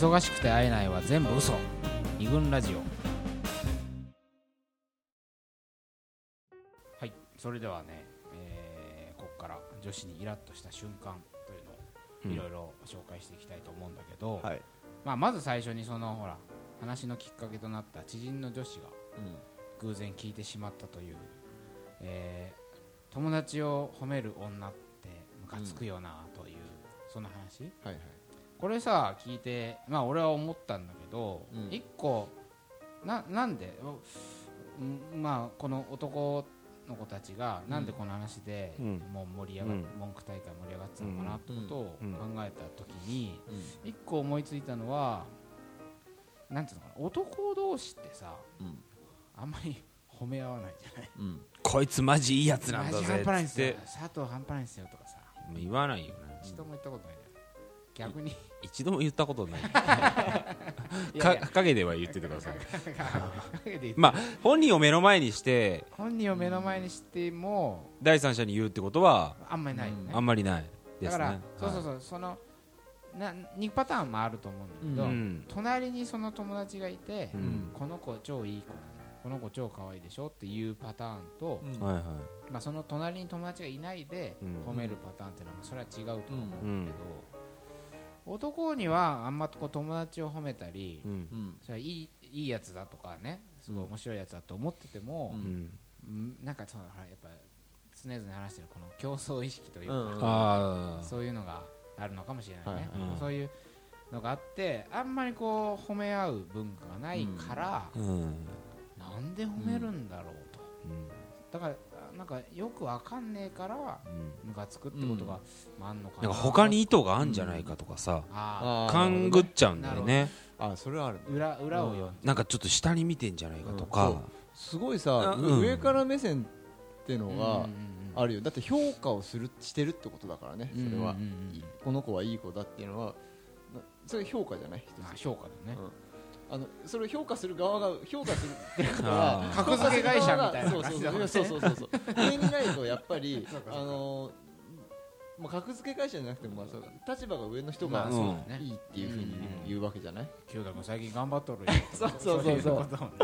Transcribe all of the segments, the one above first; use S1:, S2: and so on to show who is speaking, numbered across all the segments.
S1: 忙しくて会えないは全部嘘二軍ラジオはいそれではね、えーここから女子にイラッとした瞬間というのをいろいろ紹介していきたいと思うんだけど、
S2: はい、
S1: まあ、まず最初にそのほら話のきっかけとなった知人の女子が偶然聞いてしまったという、えー友達を褒める女ってムカつくよなという、その話
S2: はいはい
S1: これさ聞いてまあ俺は思ったんだけど、
S2: うん
S1: 一個ななんでうんまあこの男の子たちがなんでこの話で、
S3: うん
S1: もう盛り上がっ、
S3: うん
S1: 文句大会盛り上がってたのかなってことを考
S3: うんうん
S1: えた時に、
S2: うん
S1: 一個思いついたのはなんていうのかな男同士ってさ
S2: うん
S1: あんまり褒め合わないじゃない
S2: うん
S3: こいつマジいいやつなんだ
S1: マ
S3: ぜ
S1: ジ半端ないん
S3: っ
S1: ですよ
S3: て
S1: 佐藤半端ないんですよとかさ
S3: 言わないよね
S1: 一度も言ったことないじゃない逆に
S3: 一度も言ったこ とない
S1: いやい
S3: か
S1: や
S3: 陰では言っててください
S1: 陰で言って
S3: まあ本人を目の前にして
S1: 本人を目の前にしても
S3: 第三者に言うってことは
S1: あんまりないよね
S3: あんまりないで
S1: だ
S3: す
S1: か
S3: ね
S1: らそうそうそう
S3: は
S1: そのな2パターンもあると思うんだ
S3: い
S1: けど
S3: うん
S1: 隣にその友達がいて
S3: うん
S1: この子超いい子なのこの子超可愛いでしょっていうパターンと
S2: うん
S3: はいはい
S1: まあその隣に友達がいないで
S3: うん
S1: 褒めるパターンっていうのはそれは違うと思うんだけど男にはあんまこう友達を褒めたり
S3: うん
S2: うん
S1: それはいいいいやつだとかねすごい面白いやつだと思ってても、
S2: う
S3: うんん
S1: うんなんかそのほらやっぱ常々話してるこの競争意識という
S2: うんうん
S1: か、
S3: ああ
S1: そういうのがあるのかもしれないね、
S3: はいはい
S1: そういうのがあってあんまりこう褒め合う文化がないから、
S3: うんうん
S1: なんで褒めるんだろうと、だからあなんかよくわかんねえから
S3: うん
S1: ムカつくってことが、まあ、あんのか
S3: な
S1: なん
S3: か他に意図があんじゃないかとかさ
S1: あ
S2: あー
S3: 勘ぐっちゃうんだよね
S2: あーそれはある
S1: あ裏裏を読んで、
S3: なんかちょっと下に見てんじゃないかと
S2: うんそ
S3: か
S2: うすごいさ、
S3: うん
S2: 上から目線ってのが
S1: うん
S2: あるよだって評価をするしてるってことだからね
S1: うんうん
S2: それは
S1: うん、うんうん
S2: いこの子はいい子だっていうのはなそれ評価じゃない
S1: まあ
S2: 一つ
S1: 評価だね、
S2: あのそれを評価する側が評価するってこと
S3: あ
S2: は
S3: ー
S1: 格付け会社みたいな
S2: そうそうそうそうそうそうそう上にないとやっぱりあのまあ格付け会社じゃなくてもまあそう立場が上の人
S1: ま
S2: が
S1: あ
S3: うん
S1: そうだ
S2: い
S1: ね
S2: いっていうふうに言うわけじゃない
S1: 清田君最近頑張っとるよ
S2: そうそうそうそう
S1: いうことをね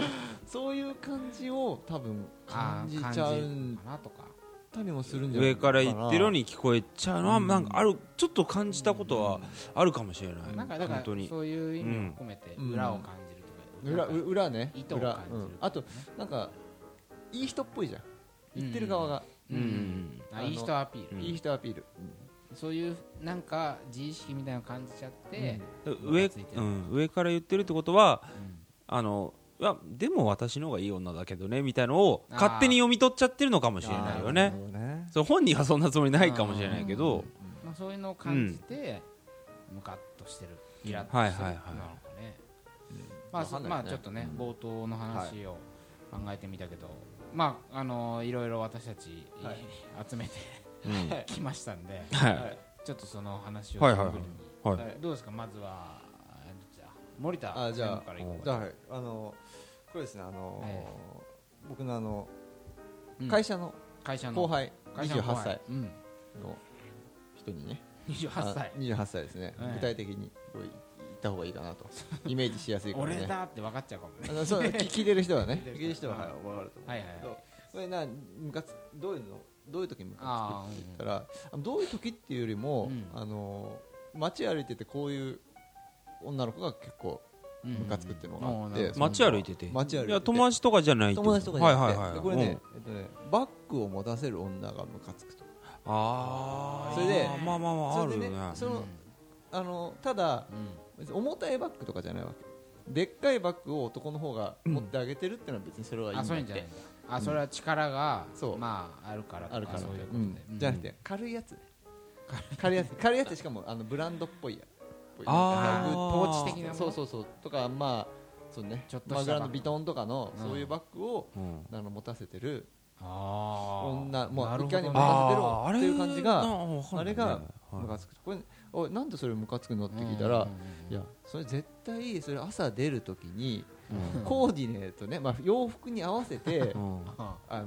S2: そういう感じを多分
S1: あ
S2: 感じ
S1: ー
S2: ちゃう
S1: 感じる
S2: ん
S1: かなとか
S2: たりもするんじゃない
S3: 上から言ってるよう
S2: に
S3: に聞こえちゃうのはなんかあるちょっと感じたことはあるかもしれない
S1: なんかだか
S3: 本
S1: ら
S3: 当に
S1: そういう意味も含めて
S2: うん
S1: 裏を感じるとか
S2: 裏
S1: なんか
S2: 裏ね
S1: 意図を
S2: 裏
S1: 感じ
S2: う
S1: る
S2: んあとなんかいい人っぽいじゃん言ってる側が
S3: うんうん
S1: あいい人アピール
S3: うん
S2: いい人アピール
S1: そういうなんか自意識みたいなの感じちゃって
S3: 上うん上から言ってるってことはあのいやでも私の方がいい女だけどねみたいのを
S1: あー
S3: 勝手に読み取っちゃってるのかもしれないよねそう本人はそんなつもりないかもしれないけど
S1: まあそういうのを感じてムカッとしてるイラッと
S3: はい
S1: してる
S3: はいは
S1: な
S3: い
S1: のかねまあそ
S2: わかん
S1: ま
S2: ないね
S1: あちょっとね
S2: うん
S1: 冒頭の話を考えてみたけどまああのいろいろ私たち
S2: はい
S1: 集めて
S3: うん
S1: きましたんで
S3: はい
S1: ちょっとその話を
S3: はいはいは
S1: ざっ
S3: い
S1: くりに
S3: はい
S2: はい
S1: どうですかまずはじゃあ森田
S2: あじゃ
S1: 専
S2: あ
S1: 務からいこう
S2: じ
S1: か
S2: ゃあはいあのこれですねあの
S1: え
S2: 僕のあの
S1: うん
S2: 会社の
S1: 会社の
S2: 後輩
S1: 会社の後
S2: 28
S1: 輩
S2: 歳
S1: うん
S2: の人にね
S1: 28歳
S2: あ28歳ですね
S1: はい
S2: 具体的にこう言った方がいいか なとイメージしやすいから
S1: 俺
S2: ね
S1: だって分かっちゃうかもね
S2: あのそう聞聞いてる人はね
S1: 聞いて
S2: 聞い
S1: る
S2: てる
S1: 人
S2: 人
S1: は
S2: ははい分かると思う
S1: はいはいはい
S2: けどこれなムカつどういうのどういう時ムカ
S1: あ
S2: つくって言ったらあのどういう時っていうよりも
S1: うん
S2: あの街歩いててこういう女の子が結構
S1: うん
S2: ムカつくっていうのがあって
S1: うん
S2: その
S3: 街歩いててい
S2: 街歩いてて
S3: や友達とかじゃないってこ
S2: 友達とかじゃなくて
S3: はいはいはい
S2: でこれねえっとねバッグを持たせる女がムカつくと
S3: ああ
S2: それで
S3: まあまあまああ
S2: そ
S3: る
S2: れ
S3: よ
S2: で
S3: ね
S2: ね
S1: う
S2: そ
S1: ん
S2: のあのただ別に重たいバッグとかじゃないわけでっかいバッグを男の方が持ってあげてるってのは別にそれは
S1: う
S2: い
S1: ん
S2: い
S1: あ
S2: ん
S1: そう
S2: だ
S1: い
S2: っ
S1: うんじゃない
S2: て
S1: んだあそれは力が
S2: そう
S1: まああるからと
S2: あるから
S1: そういうこ
S2: う
S1: と
S2: ん
S1: で
S2: じゃなくて軽いやつ軽いやつ軽いやつしかもあのブランドっぽいやぽい
S3: あ
S1: ー
S2: バッグ
S1: ポーチ的なもの
S2: そうそうそうとかまあそうね
S1: ちょっとした
S2: マグラ
S1: バッ
S2: の
S1: グ
S2: ビトンとかの
S1: うん
S2: そういうバッグを
S3: うん
S2: あの持たせてる
S1: あー
S2: 女もう
S1: なるほどね
S2: いかにも
S3: あーあれ
S2: っていう感じが
S3: なんかわか
S2: あ
S3: んな
S2: れ
S3: いね
S2: が
S3: はい
S2: ムカつくこれおいなんでそれムカつくのって聞いた
S1: う
S2: ら
S1: んうんうんうん
S2: いやそれ絶対それ朝出るときに
S3: うん
S2: コーディネートねまあ洋服に合わせて
S3: うん
S1: あ
S2: あの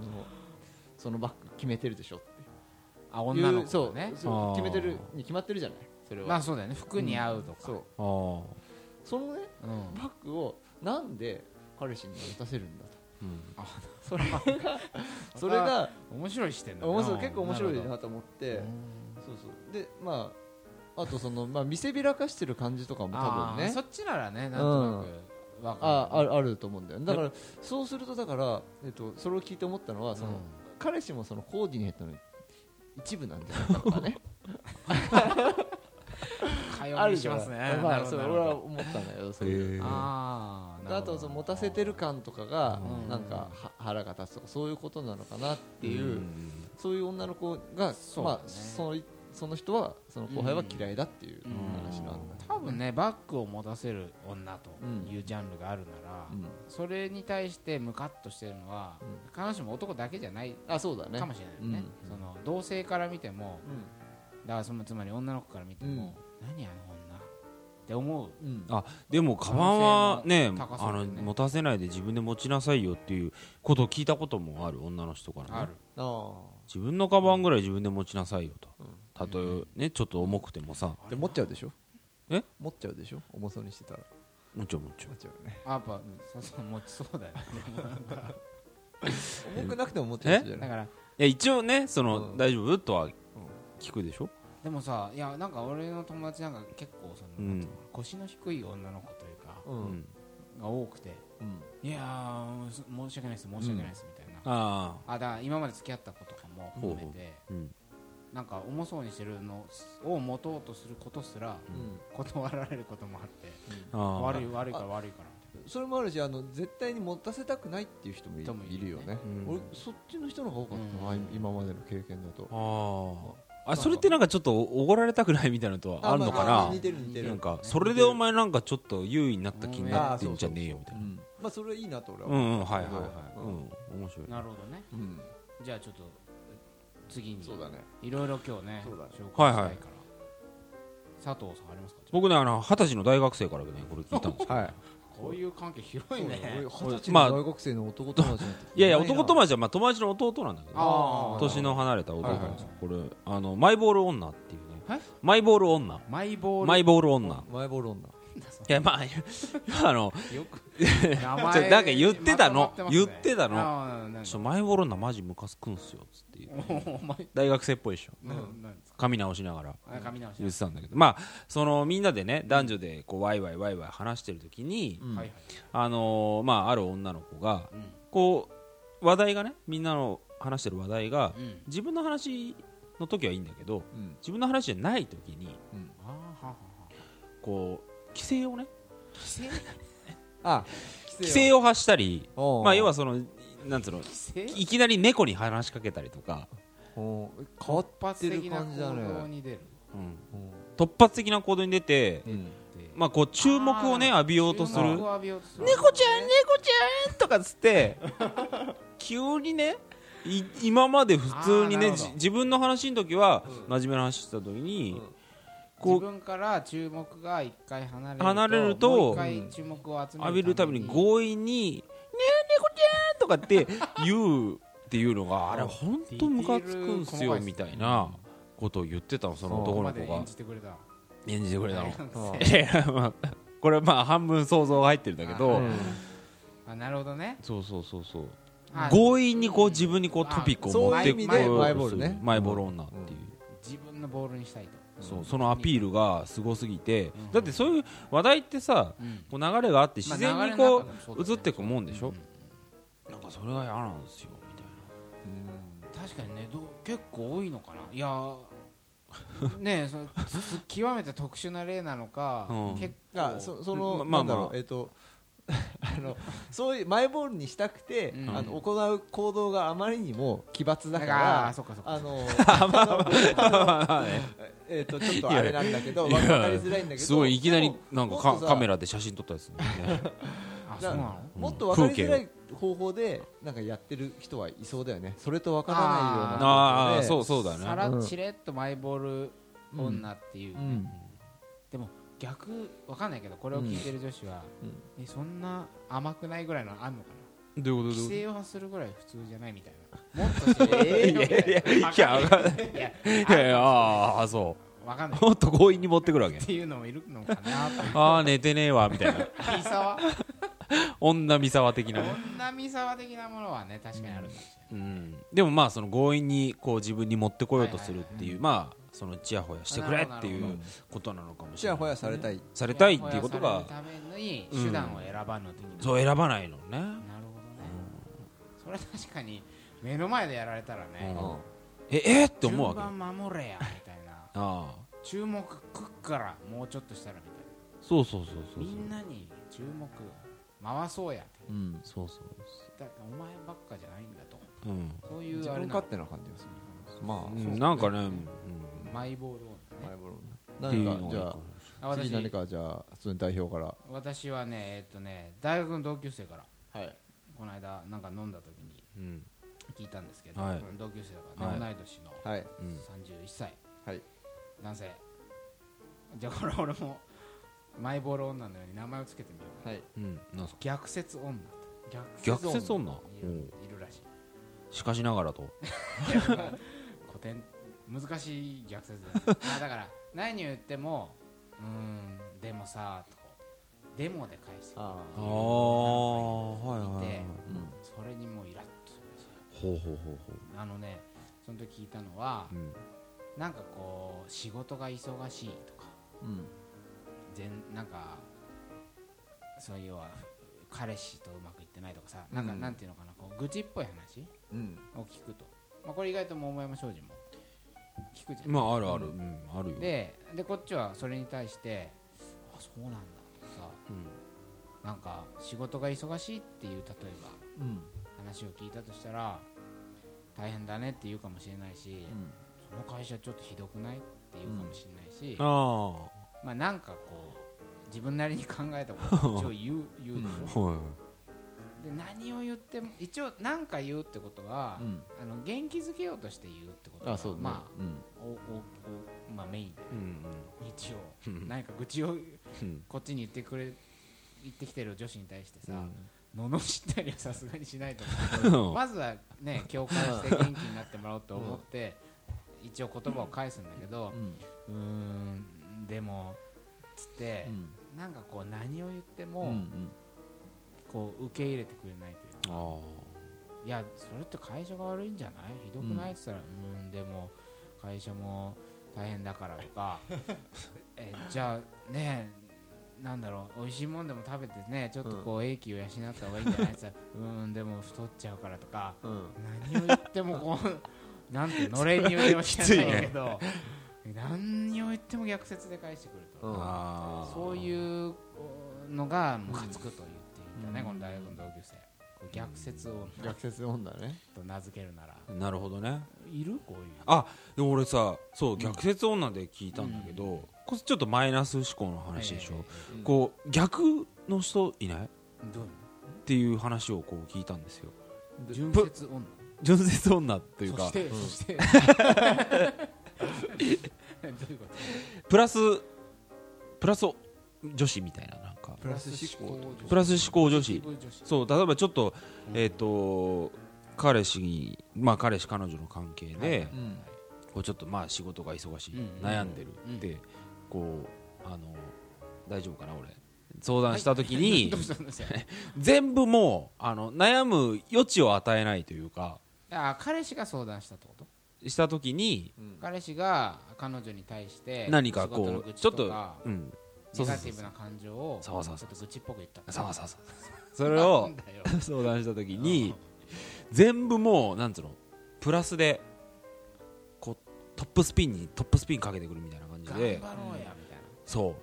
S2: そのバッグ決めてるでしょ
S1: あ
S2: ってい
S1: 女の
S2: う
S1: 子
S2: そ
S1: がね
S2: うそう
S3: あー
S2: 決めてるに決まってるじゃないそれは
S1: まあそうだよね服に合うとか
S2: そう
S3: あー
S2: そのね
S1: うん
S2: バッグをなんで彼氏に渡せるんだと
S3: うん
S2: それがそれが
S1: 面白い視点だな
S2: 面白い結構面白い
S1: なるほ
S2: なと思って
S1: ど
S2: そうそうでまああとその、まあ、見せびらかしてる感じとかも多
S1: あ
S2: 分
S1: ー
S2: ね
S1: そっちならねなんとなくわ
S2: あ
S1: か
S2: あ
S1: る
S2: あると思うんだよねだからそうするとだから、えっと、それを聞いて思ったのはその、
S1: うん
S2: 彼氏もそのコーディネートの一部なんじゃないかと かね
S1: 会
S2: あ
S1: 話
S2: る
S1: に
S2: じ
S1: し
S2: ゃん
S1: ますね
S2: ま
S1: なるほ
S2: あ、
S1: ど
S2: そう
S1: なる
S2: 俺
S1: ほど
S2: は思ったんだよそれ
S3: へー
S1: あーなるほど
S2: あとその持たせてる感とかが、
S1: うん
S2: なんかは腹が立つとかそういうことなのかなっていう、
S3: ん
S2: そういう女の子が
S1: そうだね
S2: まあ、そのその人はその後輩は嫌いだっていう話なんだ、
S1: 多分ねバッグを持たせる女というジャンルがあるなら、
S2: うん
S1: それに対してムカッとしてるのは、
S2: う
S1: 彼女も男だけじゃない
S2: あそうだね
S1: かもしれないよね
S2: う
S1: その同性から見ても
S2: う
S1: だからそのつまり女の子から見ても、何あの女って思うん
S2: うん
S3: あでもカバンはね
S1: 可能性の高さ
S3: あ
S1: だよ
S3: の
S1: ね
S3: 持たせないで自分で持ちなさいよっていうことを聞いたこともある女の人から
S1: あ
S3: ね
S1: る、
S2: あー
S3: 自分のカバンぐらい自分で持ちなさいよと
S2: うん
S3: たとえねちょっと重くてもさ
S2: で持っちゃうでしょ
S3: え
S2: 持っちゃうでしょ重そうにしてたら
S3: もちろんもちろ
S2: 持っちゃうよね
S1: あやっぱ、そうそう持ちそうだよね
S2: 重くなくても持っちゃう人じゃな
S1: だ
S2: い
S1: から
S3: んいや一応ねそ
S2: うん
S3: の大丈夫とは聞くでしょ
S1: でもさいやなんか俺の友達なんか結構その、
S3: うん
S1: なんていうのかな腰の低い女の子というか
S2: うん
S3: う
S2: うん
S3: ん
S1: が多くて
S2: うん
S1: いやーす申し訳ないです申し訳ないです、みたいな
S3: ああ
S1: あだから今まで付き合った子とかも含め
S3: ほうほ
S1: て
S3: うん
S1: なんか重そうにしてるのを持とうとすることすら断られることもあって
S3: ああ
S1: 悪い悪いから悪いから
S2: それもあるしあの絶対に持たせたくないっていう人もい
S1: 人もいる
S2: いるよね
S3: うん
S2: 俺そっちの人の方が多かったな
S1: うん
S2: 今今までの経験だと
S3: あああそれってなんかちょっとおごられたくないみたいなのとはあるのか
S2: まあまあ
S3: な
S2: 似てる似て
S3: な
S2: る
S3: んかそれでお前なんかちょっと優位になった気になってんじゃねえよみた
S2: う
S3: いなん
S2: まあそれはいいなと俺は
S3: う
S2: 思
S3: んうんはいはいはいうん面白い
S1: みたいななるほどね
S2: ううん
S1: じゃあちょっと次に
S2: そうだね
S1: いろいろ今日ね
S2: そうだね
S1: 紹介したいから、佐藤さんありますか
S3: 僕ねあの二十歳の大学生からねこれ聞いたん ですけど
S2: はい
S1: こういう関係広いね
S2: 俺二十歳
S3: まあ
S2: の大学生の男友達なんて
S3: いやいや男友達はまあ友達の弟なんだけど
S1: あー
S3: 年の離れた弟
S2: はいはい
S3: なんですよこれあのマイボール女っていう
S1: はい
S3: ねマイボール女
S1: マイボール
S3: マイボール女
S2: 前ボール女
S3: いやまああ の
S1: よく
S3: ちょなんか言ってたの
S1: まとまますね
S3: 言ってたの
S1: あーなんか
S3: ちょマイボール女マジムカつくんすよつって言う
S1: お前
S3: 大学生っぽいでしょ
S1: ななんですか
S3: 髪直しながら
S1: あ髪直し
S3: 言ってたんだけどまあそのみんなでね男女でこうワイワイワイワイ話してる時に、
S2: う
S1: は
S2: ん
S1: いはい
S3: あのーまあある女の子が
S1: うん
S3: こう話題がねみんなの話してる話題が
S1: うん
S3: 自分の話の時はいいんだけど
S2: うん
S3: 自分の話じゃない時に
S1: あーはあはあ
S3: こう規制をね
S2: あ
S3: 規制を発したり
S2: ま
S3: まあ要はそのなんつうのいきなり猫に話しかけたりとか、
S2: 変わってる感じだ
S1: 突発的
S2: ね
S1: な行動に出る
S3: うん突発的な行動に出て
S2: うん
S3: まあこう注目をね
S1: あー
S3: 浴びようとする
S1: 猫ちゃん
S3: 猫ちゃん猫ちゃんとかっつって急にねい今まで普通に
S1: あーなる
S3: ね
S1: ほど
S3: じ自分の話の時は
S2: うん
S3: 真面目な話してた時に、
S2: うん
S1: 自
S3: こ
S1: 分から注目が一回離れると
S3: 離れると
S1: もう一回注目を集
S3: う
S1: める
S3: 浴びるために
S1: ゴ
S3: 強引に「ねえ猫ちゃん!」とかって言うっていうのがあれほんとムカつくんす
S1: ディテール細
S3: よ
S1: かいっすね
S3: みたーなことを言ってたのその男の
S1: ここまで
S3: 子が
S1: 演じてくれた
S3: 演じてくれたの
S2: あ
S3: いやまあこれまあ半分想像入ってるんだけ
S1: う
S3: ど
S1: んあなるほどね
S3: そうそうそうそう
S1: あ
S3: 強引にこう自分にこう
S1: あ
S3: トピックを
S2: そう
S3: 持って
S1: いう意味で
S3: こう
S2: マイボールね
S3: そうマイボール女っていう、
S1: 自分のボールにしたいと
S3: そうそのアピールがすごすぎて、
S1: うん
S3: だってそういう話題ってさ
S1: うん
S3: こう流れがあって自然にこう移ってくもんでしょ、
S1: うん
S3: なんかそれが嫌なんですよみたい
S1: 確かにねどう結構多いのかないや ーねえそのす 極めて特殊な例なのか、
S3: うん
S1: 結構
S2: あそそのな
S3: まあまあ
S2: んだろうえっと あのそういうマイボールにしたくて
S1: うん
S2: あの行う行動があまりにも奇抜だ
S1: あー
S2: から
S1: そっかそっか
S2: あの あのえっとちょっとあれなんだけど
S3: いや
S2: 分かりづらいんだけ
S3: な
S2: ど
S3: すごいいきなりなんか
S2: もっ
S3: カ
S2: とさ
S3: カメラで写真撮ったりするん だよね
S1: あ
S2: じ
S1: そ
S2: ゃ
S1: う
S2: あ
S1: なの
S2: もっと分かりづらい方法でなんかやってる人はいそうだよねそれと分からないような
S3: ああそううそうだ
S1: さ
S3: ね
S1: ら
S2: うん
S1: ちれっとマイボール女っていう、
S2: うん
S1: 逆わかんないけどこれを聞いてる女子は、
S2: うん
S1: えそんな甘くないぐらいのあんのかな
S3: どういうこと
S1: 規
S3: どういう
S1: 制を発するぐらい普通じゃないみたいなもっとして
S3: こといやいやいやいやいやいやいやああそう
S1: わかんない
S3: もっと強引に持ってくるわけ
S1: っていうのもいるのかなと
S3: ああ寝てねえわみたいな
S1: 三沢
S3: 女三沢的なね、
S1: 女三沢的なものはね確かにあるかもしれない
S3: うん、でもまあその強引にこう自分に持ってこようとするっていう、まあそのちやほやしてくれってい
S1: なる
S3: うことなのかもし
S2: ち
S3: れな
S2: や
S3: い
S2: ほやされたい
S3: されたいっていうこと
S1: され
S3: が
S1: るために手段を選ばぬ的な、
S3: そう選ばないのね
S1: なるほどね、それは確かに目の前でやられたらね、
S3: うんええって思うわ
S1: 順
S3: けあ
S1: 番守れやみたいな
S3: あ
S1: 注目くっからもうちょっとしたらみたい
S3: そうそうそうそう
S1: なみんなに注目回そうやって
S2: うん
S3: そうそう
S1: だからお前ばっかじゃないんだと
S3: そう、うん
S1: そういう
S2: 自
S1: あれ
S2: 分
S1: な
S2: 勝手な感じがするまあ
S3: う、
S2: そうん
S3: なんかね、
S1: マイボールを
S2: マイボールね
S3: うん、っていう
S2: なん
S3: の
S2: かじ
S3: がいい
S2: ゃ
S3: かも
S1: あ
S2: あ次
S1: 私
S2: 何かじゃあ普通に代表から
S1: 私はねえっとね大学の同級生から
S2: はい
S1: この間なんか飲んだ時に
S3: うん
S1: 聞いたんですけど、
S3: はい
S1: 同級生だからね、同い年の
S2: はい
S3: うん
S1: 31歳、
S2: はい
S1: 男性じゃあこ れ俺もマイボール女のように名前をつけてみようかな
S2: はい
S3: うんなんすか
S1: 逆説女
S3: 逆説女
S1: いるいるらしい
S3: しかしながらと
S1: 古典難しい逆説だ,、ね、 あだから何を言っても「うーんでもさ」とこうデモで返してくる
S2: あ
S3: ああ
S2: あ
S3: はい
S1: い
S3: はい、はい、
S2: うん
S1: それにもうイラッとするらしい
S3: ほうほうほうほ
S1: あのねその時聞いたのは
S3: う、う、ん、
S1: なんかこう仕事が忙しいとか
S2: うん
S1: 全なんかそういう要は彼氏とうまくいってないとかさなんか、
S2: うん
S1: なんていうのかなこう愚痴っぽい話
S2: うん
S1: を聞くと、まあ、これ意外と桃山庄司も聞くじゃん
S3: まああるある、うんあるよ
S1: ででこっちはそれに対してあそうなんだとか
S3: うん
S1: さなんか仕事が忙しいっていう例えば
S2: うん
S1: 話を聞いたとしたら大変だねって言うかもしれないし、
S2: うん
S1: その会社ちょっとひどくないって言うかもしれないし、
S3: あ
S1: まあなんかこう自分なりに考えたことを一応言う言うでし
S3: あはい
S1: ょで何を言っても一応何か言うってことは、
S2: うん
S1: あの元気づけようとして言うってことが
S2: あそうね
S1: ま
S2: うん
S1: あおおおまあメインで
S3: うん
S1: 一応
S3: うん
S1: 何か愚痴を
S3: うん
S1: こっちに言ってくれ言ってきてる女子に対してさ、罵ったりはさすがにしないと思うまずはね共感して元気になってもらおうと思って、一応言葉を返すんだけど
S2: う、ん
S1: うーんでもつって
S2: う、ん
S1: なんかこう何を言っても、
S2: うん
S1: こう受け入れてくれないというか
S3: ああ
S1: いやそれって会社が悪いんじゃないひどくない、
S2: うん
S1: って言ったらうーんでも会社も大変だからと かえじゃあねえなんだろう美味しいもんでも食べてねちょっとこう英気を養った方がいいんじゃないって言った らうーんでも太っちゃうからとか
S2: うん
S1: 何を言ってもこうなんてのれんに言をしないけ ど、何を言っても逆説で返してくると、
S2: うん
S3: ああ
S1: そう
S3: う
S1: いうのがムカつくと言っていたね、
S2: うん
S1: この大学の同級生こう逆説を
S2: 逆説女ね
S1: と名付けるなら
S3: なるほどね
S1: いるこういう
S3: あでも俺さそう逆説女で聞いたんだけど、これちょっとマイナス思考の話でしょ、
S2: うん
S3: こう逆の人いないっ
S1: どうい
S3: ていう話をこう聞いたんですよ
S1: う純説女
S3: 純説女という
S1: そ
S3: か
S1: して、そして どういうこと
S3: プラスプラス女子みたいななんか
S2: プラス思考
S1: 女子
S3: プラス思考女
S1: プ
S3: 子
S1: ラス思考女子
S3: そう例えばちょっと、
S1: うん
S3: えっ、と彼氏にまあ彼氏彼女の関係で、
S1: はい
S2: うん
S3: こうちょっとまあ仕事が忙しい、
S1: うん
S3: 悩んでるって、こうあの大丈夫かな俺相談した時に、
S1: どうしたんですか
S3: 全部もうあの悩む余地を与えないというか
S1: あ彼氏が相談したってこと
S3: した時に、
S1: 彼氏が彼女に対して
S3: 何か
S1: 仕事の
S3: こう
S1: 愚痴
S3: ちょっと
S1: か
S3: うん
S1: ネ
S3: そうそう
S1: ガ
S3: そ
S1: テ
S3: う
S1: ィブな感情をち
S3: そ
S1: ょ
S3: う
S1: っ
S3: そうそ
S1: と愚痴っぽく言った
S3: そう
S1: う
S3: そうそうそ れを相談した時に全部もうなんつうのプラスでこうトップスピンにトップスピンかけてくるみたいな感じ
S1: 頑張ろう
S3: で
S1: やみたいな
S3: そう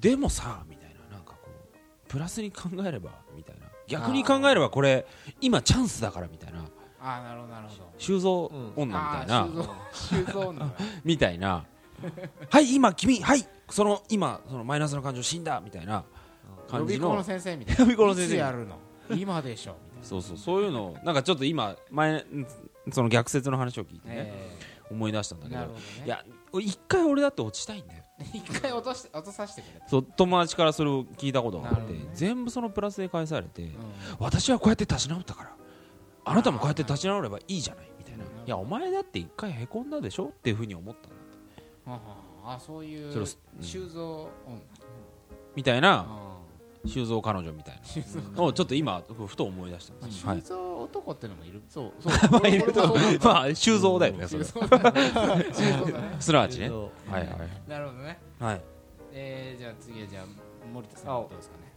S3: でもさみたいななんかこうプラスに考えればみたいな逆に考えればこれ今チャンスだからみたいな
S1: ああなるほどなるほど
S3: 修造
S2: う
S3: 女みたいな、
S1: ああ修造修造の
S3: みたいなはい今君はいその今そのマイナスの感情死んだみたいな
S1: 予
S3: 感
S1: 備
S3: じ
S1: 校の
S3: の
S1: 先生みたいな
S3: 予備校の先生
S1: いつやるの今でしょみ
S3: そうそうそういうのをなんかちょっと今前その逆説の話を聞いて
S1: たい
S3: ね、
S1: なえ
S3: 思い出したんだ
S1: え
S3: けど
S1: なるほど
S3: い
S1: ね
S3: や俺一回俺だって落ちたいんだよ
S1: 一回落として落とさせてくれた
S3: そう友達からそれを聞いたことがあっ
S1: な
S3: て、
S1: るほどね
S3: 全部そのプラスで返されて、
S1: うん
S3: 私はこうやって立ち直ったからあなたもこうやって立ち直ればいいじゃないみたいな
S1: なるほど
S3: いやお前だって一回へこんだでしょっていうふうに思ったんだ
S1: ははははあそういう
S3: それをうん
S1: 修造女
S3: みたいな
S1: あ
S3: 修造彼女みたいなをちょっと今ふと思い出したん
S1: ー
S3: です、は
S1: 修
S3: い、
S1: 造男ってのもいる
S2: そうそう
S3: まあいると
S2: 俺もそう思った
S3: まあ修造だよね
S1: 修
S3: それ
S1: 造だね修造だね
S3: すなわちね
S2: そ
S3: はいはい
S1: なるほどね
S3: はい
S1: えー、じゃあ次はじゃあ森田さんはどうですかね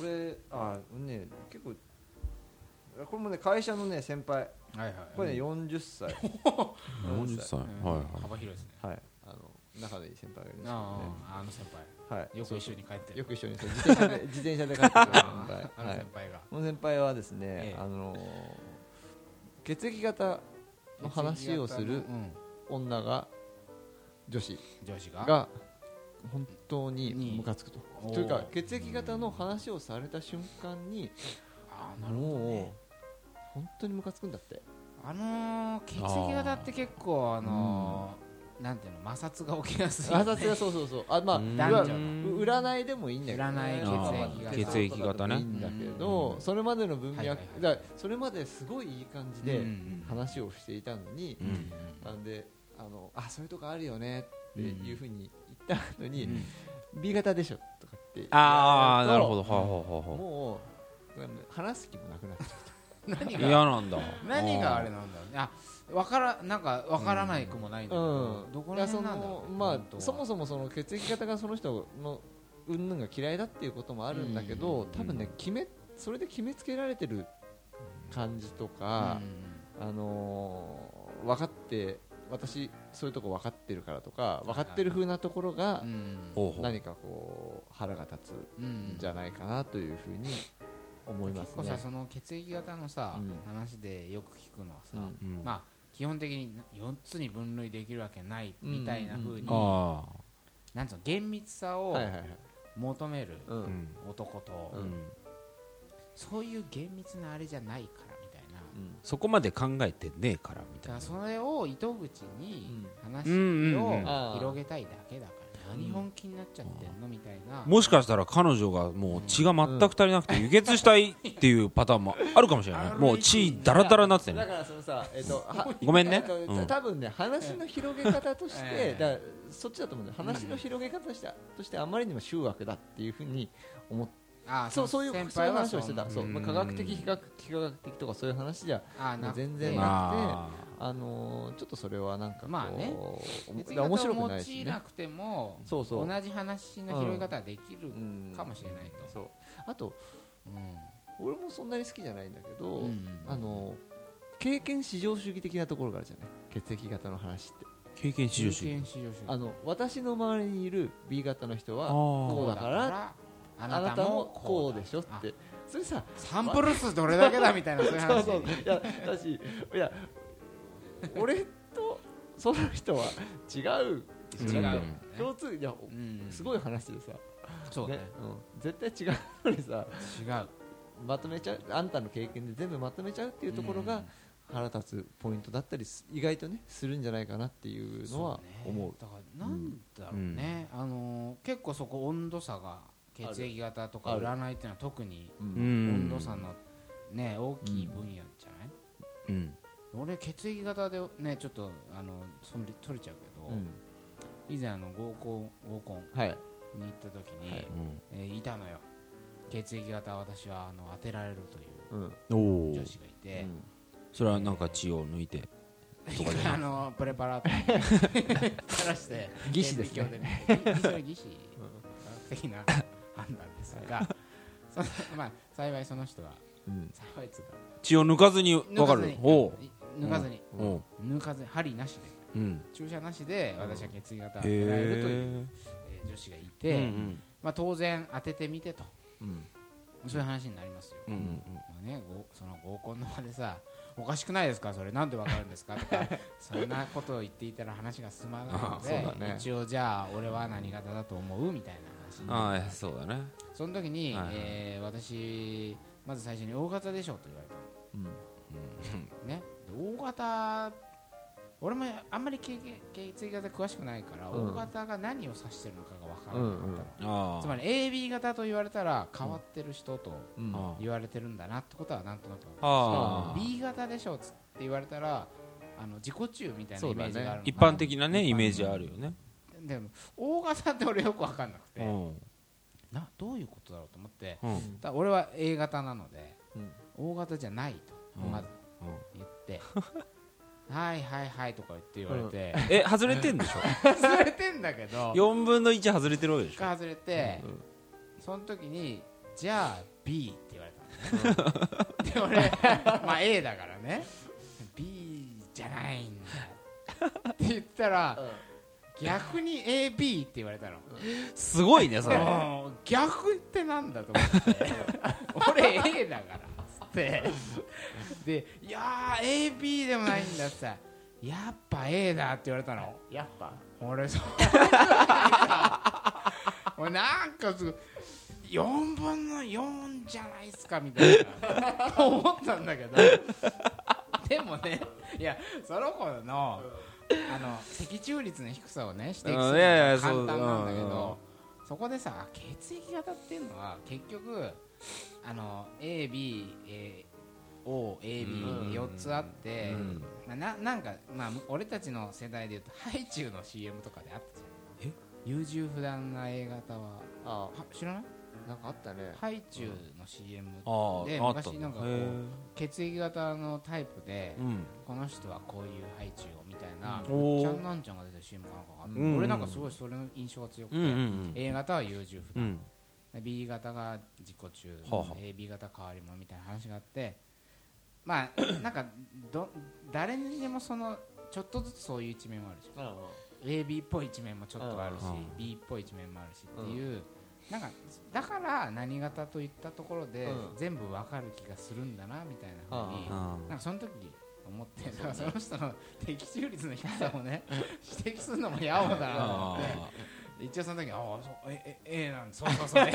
S2: う俺あね結構これもね会社のね先輩
S1: はいはい
S2: これね
S1: うん
S2: 40歳
S3: 40歳はい
S1: うん幅広いですね
S2: はいあの仲のいい先輩がいるんですけど
S1: あ
S2: ね
S1: ああの先輩
S2: はい
S1: よく一緒に帰ってる
S2: よく一緒にそう自転車で自転車で帰ってく る先
S1: ああの
S2: 輩は
S1: 先
S2: い
S1: 輩が
S2: この先輩はですね
S1: ええ
S2: あの血液型の話をする
S1: うん
S2: 女が女子
S1: 上司が
S2: が本当にムカつくと
S1: おー
S2: というか血液型の話をされた瞬間に
S1: あーなるほどね
S2: もう本当にムカつくん だって
S1: あのー、血液型って結構あのーなんていうの摩擦が起きやすいよ
S2: あ
S1: ね
S2: そうそうそうそうあまあ
S3: うん
S2: いわゆる
S1: 男
S2: う占いでもいいんだけどね
S1: 占い
S2: まあ
S1: 血液型
S3: 血液型ね
S2: いいんだけど
S1: うん
S2: それまでの文脈
S1: はいはいはい
S2: だからそれまですごいいい感じ
S1: う
S2: で
S1: んうん
S2: 話をしていたのに
S3: う、ん
S2: なんであのあそういうとこあるよねっていうふうに言った後
S1: う
S2: に、
S1: ん
S2: B 型でしょとかって
S3: ああなるほ
S2: ど
S3: どはあはあはあはあ
S2: もうなんか話す気もなくなっちゃ
S1: 何
S3: 嫌
S1: が
S3: なんだ
S1: 何があれなんだろうねあわからなんかわからないくもないんだけ
S2: う
S1: ど、
S2: うん
S1: どこ
S2: いや
S1: ら
S2: そ
S1: 辺なんだ
S2: の
S1: ろうね、
S2: ま
S1: 本当
S2: あ
S1: は
S2: そもそもその血液型がその人の云々が嫌いだっていうこともあるんだけど、
S1: うん
S2: 多分ね決めそれで決めつけられてる感じとか、あのー分かって私そういうとこ分かってるからとか分かってる風なところが
S1: うん
S3: ほうほう
S2: 何かこう腹が立つ
S1: うんうん
S2: じゃないかなというふうに思いま
S1: 結
S2: す
S1: 構
S2: ね
S1: さ。その血液型のさ、
S2: うん
S1: 話でよく聞くのはさ、
S2: うん
S3: うん
S1: まあ基本的に4つに分類できるわけないみたいな風に、
S2: うん
S3: ああ
S1: なんつうの厳密さを
S2: はいはいはい。
S1: 求める
S2: うん
S3: うん
S1: 男と、
S2: うん
S1: そういう厳密なあれじゃないからみたいな、
S3: そこまで考えてねえからみ
S1: だか
S3: たいな
S1: らそれを糸口に話
S3: うんうんうん
S1: を広げたいだけだから、何本気になっちゃってんのみたいな、
S3: もしかしたら彼女がもう血が全く足りなくて輸血したいっていうパターンもあるかもしれない
S1: ある
S3: もう血だらだらになってた
S2: だ
S3: ね
S2: からそのさ、え っと、は
S3: ごめんね
S2: えっと
S3: うん
S2: 多分ね、話の広げ方とし
S1: え
S2: て
S1: え、
S2: だからそっちだと思うんだよ。話の広げ方として、としてあまりにも醜悪だっていうふうに思っ
S1: あー
S2: そう、そういう、そういう話を
S1: そ
S2: してた。そう、
S3: うん
S2: まあ科学的、非科学非科学的とか、そういう話じゃ、
S1: あーなくて
S2: 全然な
S3: あ
S2: あのー、ちょっとそれはなんかこう。
S1: まあね
S2: お
S1: 別に
S2: 面白くない
S1: 用
S2: し
S1: い
S2: ね
S1: な。くても
S2: そうそう。
S1: 同じ話の広げ方はできる
S2: うん
S1: かもしれないと、
S2: そう。あと、
S1: うん
S2: 俺もそんなに好きじゃないんだけど、
S1: うん
S2: あの経験至上主義的なところがあるじゃない血液型の話って
S3: ー経験
S1: 経
S3: 値重視
S1: 験使用主義
S2: あの私の周りにいる B 型の人
S3: あ
S2: はこう
S3: ー
S2: だからあ
S1: あ
S2: な
S1: な
S2: た
S1: た
S2: も
S1: も
S2: こ
S1: こ
S2: う
S1: う
S2: でしょっ
S1: あ
S2: てそれさ
S1: サンプル数どれだけだみたいなそういう
S2: そう
S1: 話
S2: そういやだしいや俺とその人は違う
S1: 違う
S3: う
S1: よ
S3: ん
S1: ね
S2: 共通いや
S1: うん
S2: すごい話でさ、
S1: そうね
S2: ねうん、絶対違うのにさ
S1: 違う
S2: まとめちゃうあんたの経験で全部まとめちゃうっていうところが、腹立つポイントだったりす意外とねするんじゃないかなっていうのは思う
S1: そねだからなんだろうね、あのー結構そこ温度差が血液型とか
S2: ある
S1: 占いっていうのは特に
S2: う
S3: うん
S1: 温
S3: ん
S1: 度差のね大きい分野じゃない、
S3: うん
S1: 俺血液型でねちょっとあのそれ取れちゃうけど、
S2: うん
S1: 以前あの合コン合コン
S2: はい
S1: に行った時に、
S2: はい
S1: えーいたのよ血液型私はあの当てられるという
S2: うん
S3: おお
S1: 女子がいて、
S3: それはなんか血を抜いてとかじゃない
S1: あのプレパラー ト垂らして
S2: 技師ですね
S1: 顕微鏡で見て技師は技師科学的な判断です がそのまあ幸いその人は
S2: うん
S1: 幸いつうか
S3: 血を抜かずに
S1: 抜
S3: 分
S1: か
S3: か
S1: ず
S3: る
S1: に
S3: おう
S1: 抜かずに
S3: おう
S1: 抜かずに針なしで
S3: うん
S1: 注射なしで私は血液型を狙
S3: へ
S1: えるという、
S3: え
S1: えー女子がいうて、
S3: ん
S1: まあ、当然当ててみてと
S2: うん
S1: そういう話になりますよ、
S3: うんうん
S1: まあね、ごその合コンの場でさおかしくないですかそれなんでわかるんですかと かそんなことを言っていたら話が進まない
S2: あそ
S1: の
S2: う
S1: で、
S2: だね
S1: 一応じゃあ俺は何型だと思うみたいな話
S3: ああそうだね
S1: その時に、
S3: はいはい
S1: えー私まず最初に大型でしょと言われた
S2: うん
S1: のねで大型俺もあんまり経験血液型詳しくないから、
S2: うん
S1: 大型が何を指してるのかが分から
S2: う
S1: なか
S2: んうん
S1: ったの、
S3: ああ
S1: つまり AB 型と言われたら変わってる人と、
S2: うん
S3: あ
S1: 言われてるんだなってことはなんとなく
S3: あー
S1: B 型でしょっつって言われたらあの自己中みたいなイメージがあるのかな
S3: 一般的なねイメージあるよね
S1: でも大型って俺よく分かんなくて、
S3: うん
S1: などういうことだろうと思って
S3: うんうん
S1: ただ俺は A 型なので
S2: うん
S1: 大型じゃないと、
S3: うん
S1: まず言って 「はいはいはい」とか言って言われて、
S3: え外れてんでしょ
S1: 外れてんだけど
S3: 4分の1外れてるわけで
S1: 一
S3: しょ
S1: 回外れて、
S2: うん
S1: その時に「じゃあ B」って言われた のね、で俺まあ A だからね「B じゃないんだ」って言ったら、逆に AB って言われたの、
S3: すごいねそれ
S1: うん逆ってなんだと思って俺 A だからっつってで「いやー AB でもないんだ」ってさ「やっぱ A だ」って言われたの
S2: やっぱ
S1: 俺そう 俺なんかすごい4分の4じゃないですかみたいなと思ったんだけどでもねいやその子のあの的中率の低さをね指摘するの
S3: うんいやい
S1: は
S3: やそう
S1: 簡単なんだけ
S3: うんうん
S1: どそこでさ血液型っていうのは結局あの ABOAB、
S3: うん
S1: 4つあって、
S3: うん
S1: まあ、ななんか、まあ、俺たちの世代でいうとハイチュウの CM とかであったじゃん
S3: え
S1: 優柔不断な A 型は
S2: あ
S1: は知らない
S2: なんかあったね
S1: ハイチュウの CM
S3: あ
S1: で
S3: ああった
S1: 昔なんかこう
S3: へえ
S1: 血液型のタイプで、
S3: うん
S1: この人はこういうハイチュウをみたいな、
S3: うんおー
S1: ちゃんなんちゃんが出てる CM かなんかがあって、
S3: うん
S1: 俺なんかすごいそれの印象が強く
S3: う
S1: て、
S3: んうん
S1: A 型は優柔不断、
S3: うん
S1: B 型が自己中、
S3: はあはあ
S1: AB 型変わり者みたいな話があってまあ なんかど誰にでもそのちょっとずつそういう一面もあるじゃん AB っぽい一面もちょっとあるし
S3: うん
S1: B っぽい一面もあるしっていう、なんかだから何型といったところで、
S2: うん
S1: 全部わかる気がするんだなみたいなふうに、
S3: あ
S1: なんかその時 思ってだからその人の的中率の低さをね指摘するのも野暮だなと思っ
S3: あ
S1: て。一応その時ああそうええ A なんだそうそうそう え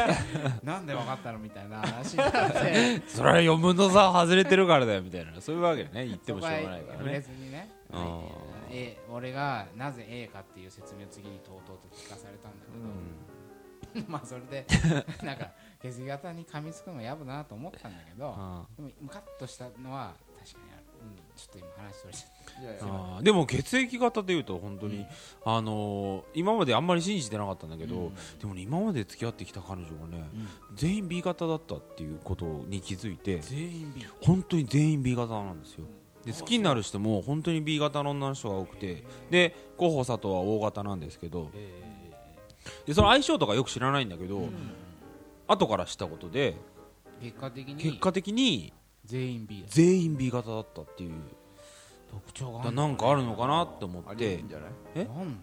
S1: なんで分かったのみたいな話にな って
S3: それは4分の3外れてるからだよみたいなそういうわけね 言ってもしょうがな
S1: そ
S3: いか
S1: こは
S3: ら
S1: 触れ
S3: ね
S1: ずにね
S3: あー
S1: A 俺がなぜ A かっていう説明を次にとうとうと聞かされたんだけど、 まあそれで なんか血液型に噛みつくのもやぶなと思ったんだけど
S3: あ
S1: でもムカッとしたのは確かにある、ちょっと今話それちゃっ
S2: いやいや
S3: あでも血液型でいうと本当に、あのー今まであんまり信じてなかったんだけど、
S1: うん
S3: でもね今まで付き合ってきた彼女がね、全員 B 型だったっていうことに気づいて
S1: た全員 B
S3: 本当に全員 B 型なんですよで好きになる人も本当に B 型の女の人が多くてで候補佐藤は O 型なんですけどでその相性とかよく知らないんだけど、後から知ったことで
S1: 結果的に
S3: 結果的に
S1: 全員 B だ
S3: 全員 B 型だったっていう
S1: 特徴が
S3: だ
S1: あ
S3: から
S1: る
S3: なんかあるのかなって思
S2: あ
S3: っ
S2: りえ
S3: て
S2: るんじゃない
S1: な
S3: え
S1: んだろうね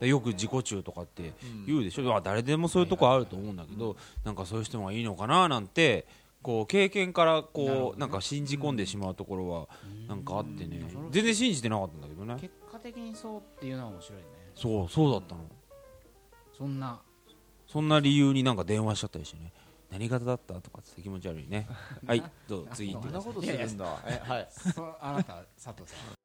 S3: でよく自己中とかって言うでしょ、まあ誰でもそういうとこあると思うんだけど、なんかそういう人がいいのかななんてこう経験から
S1: なるほ
S3: こ
S1: ど
S3: うなんか信じ込んでしまうところはなんかあってね
S1: うんそれ
S3: 全然信じてなかったんだけどね
S1: 結果的にそうっていうのは面白いね
S3: そうそうだったの
S1: そんな
S3: そんな理由になんか電話しちゃったりしてね何型だったと かって気持ち悪いねはいどうぞ次行っ
S2: そ
S3: て
S2: ん
S3: く
S2: な
S3: ださい
S2: ことするんだえはい
S1: そあなたは佐藤さん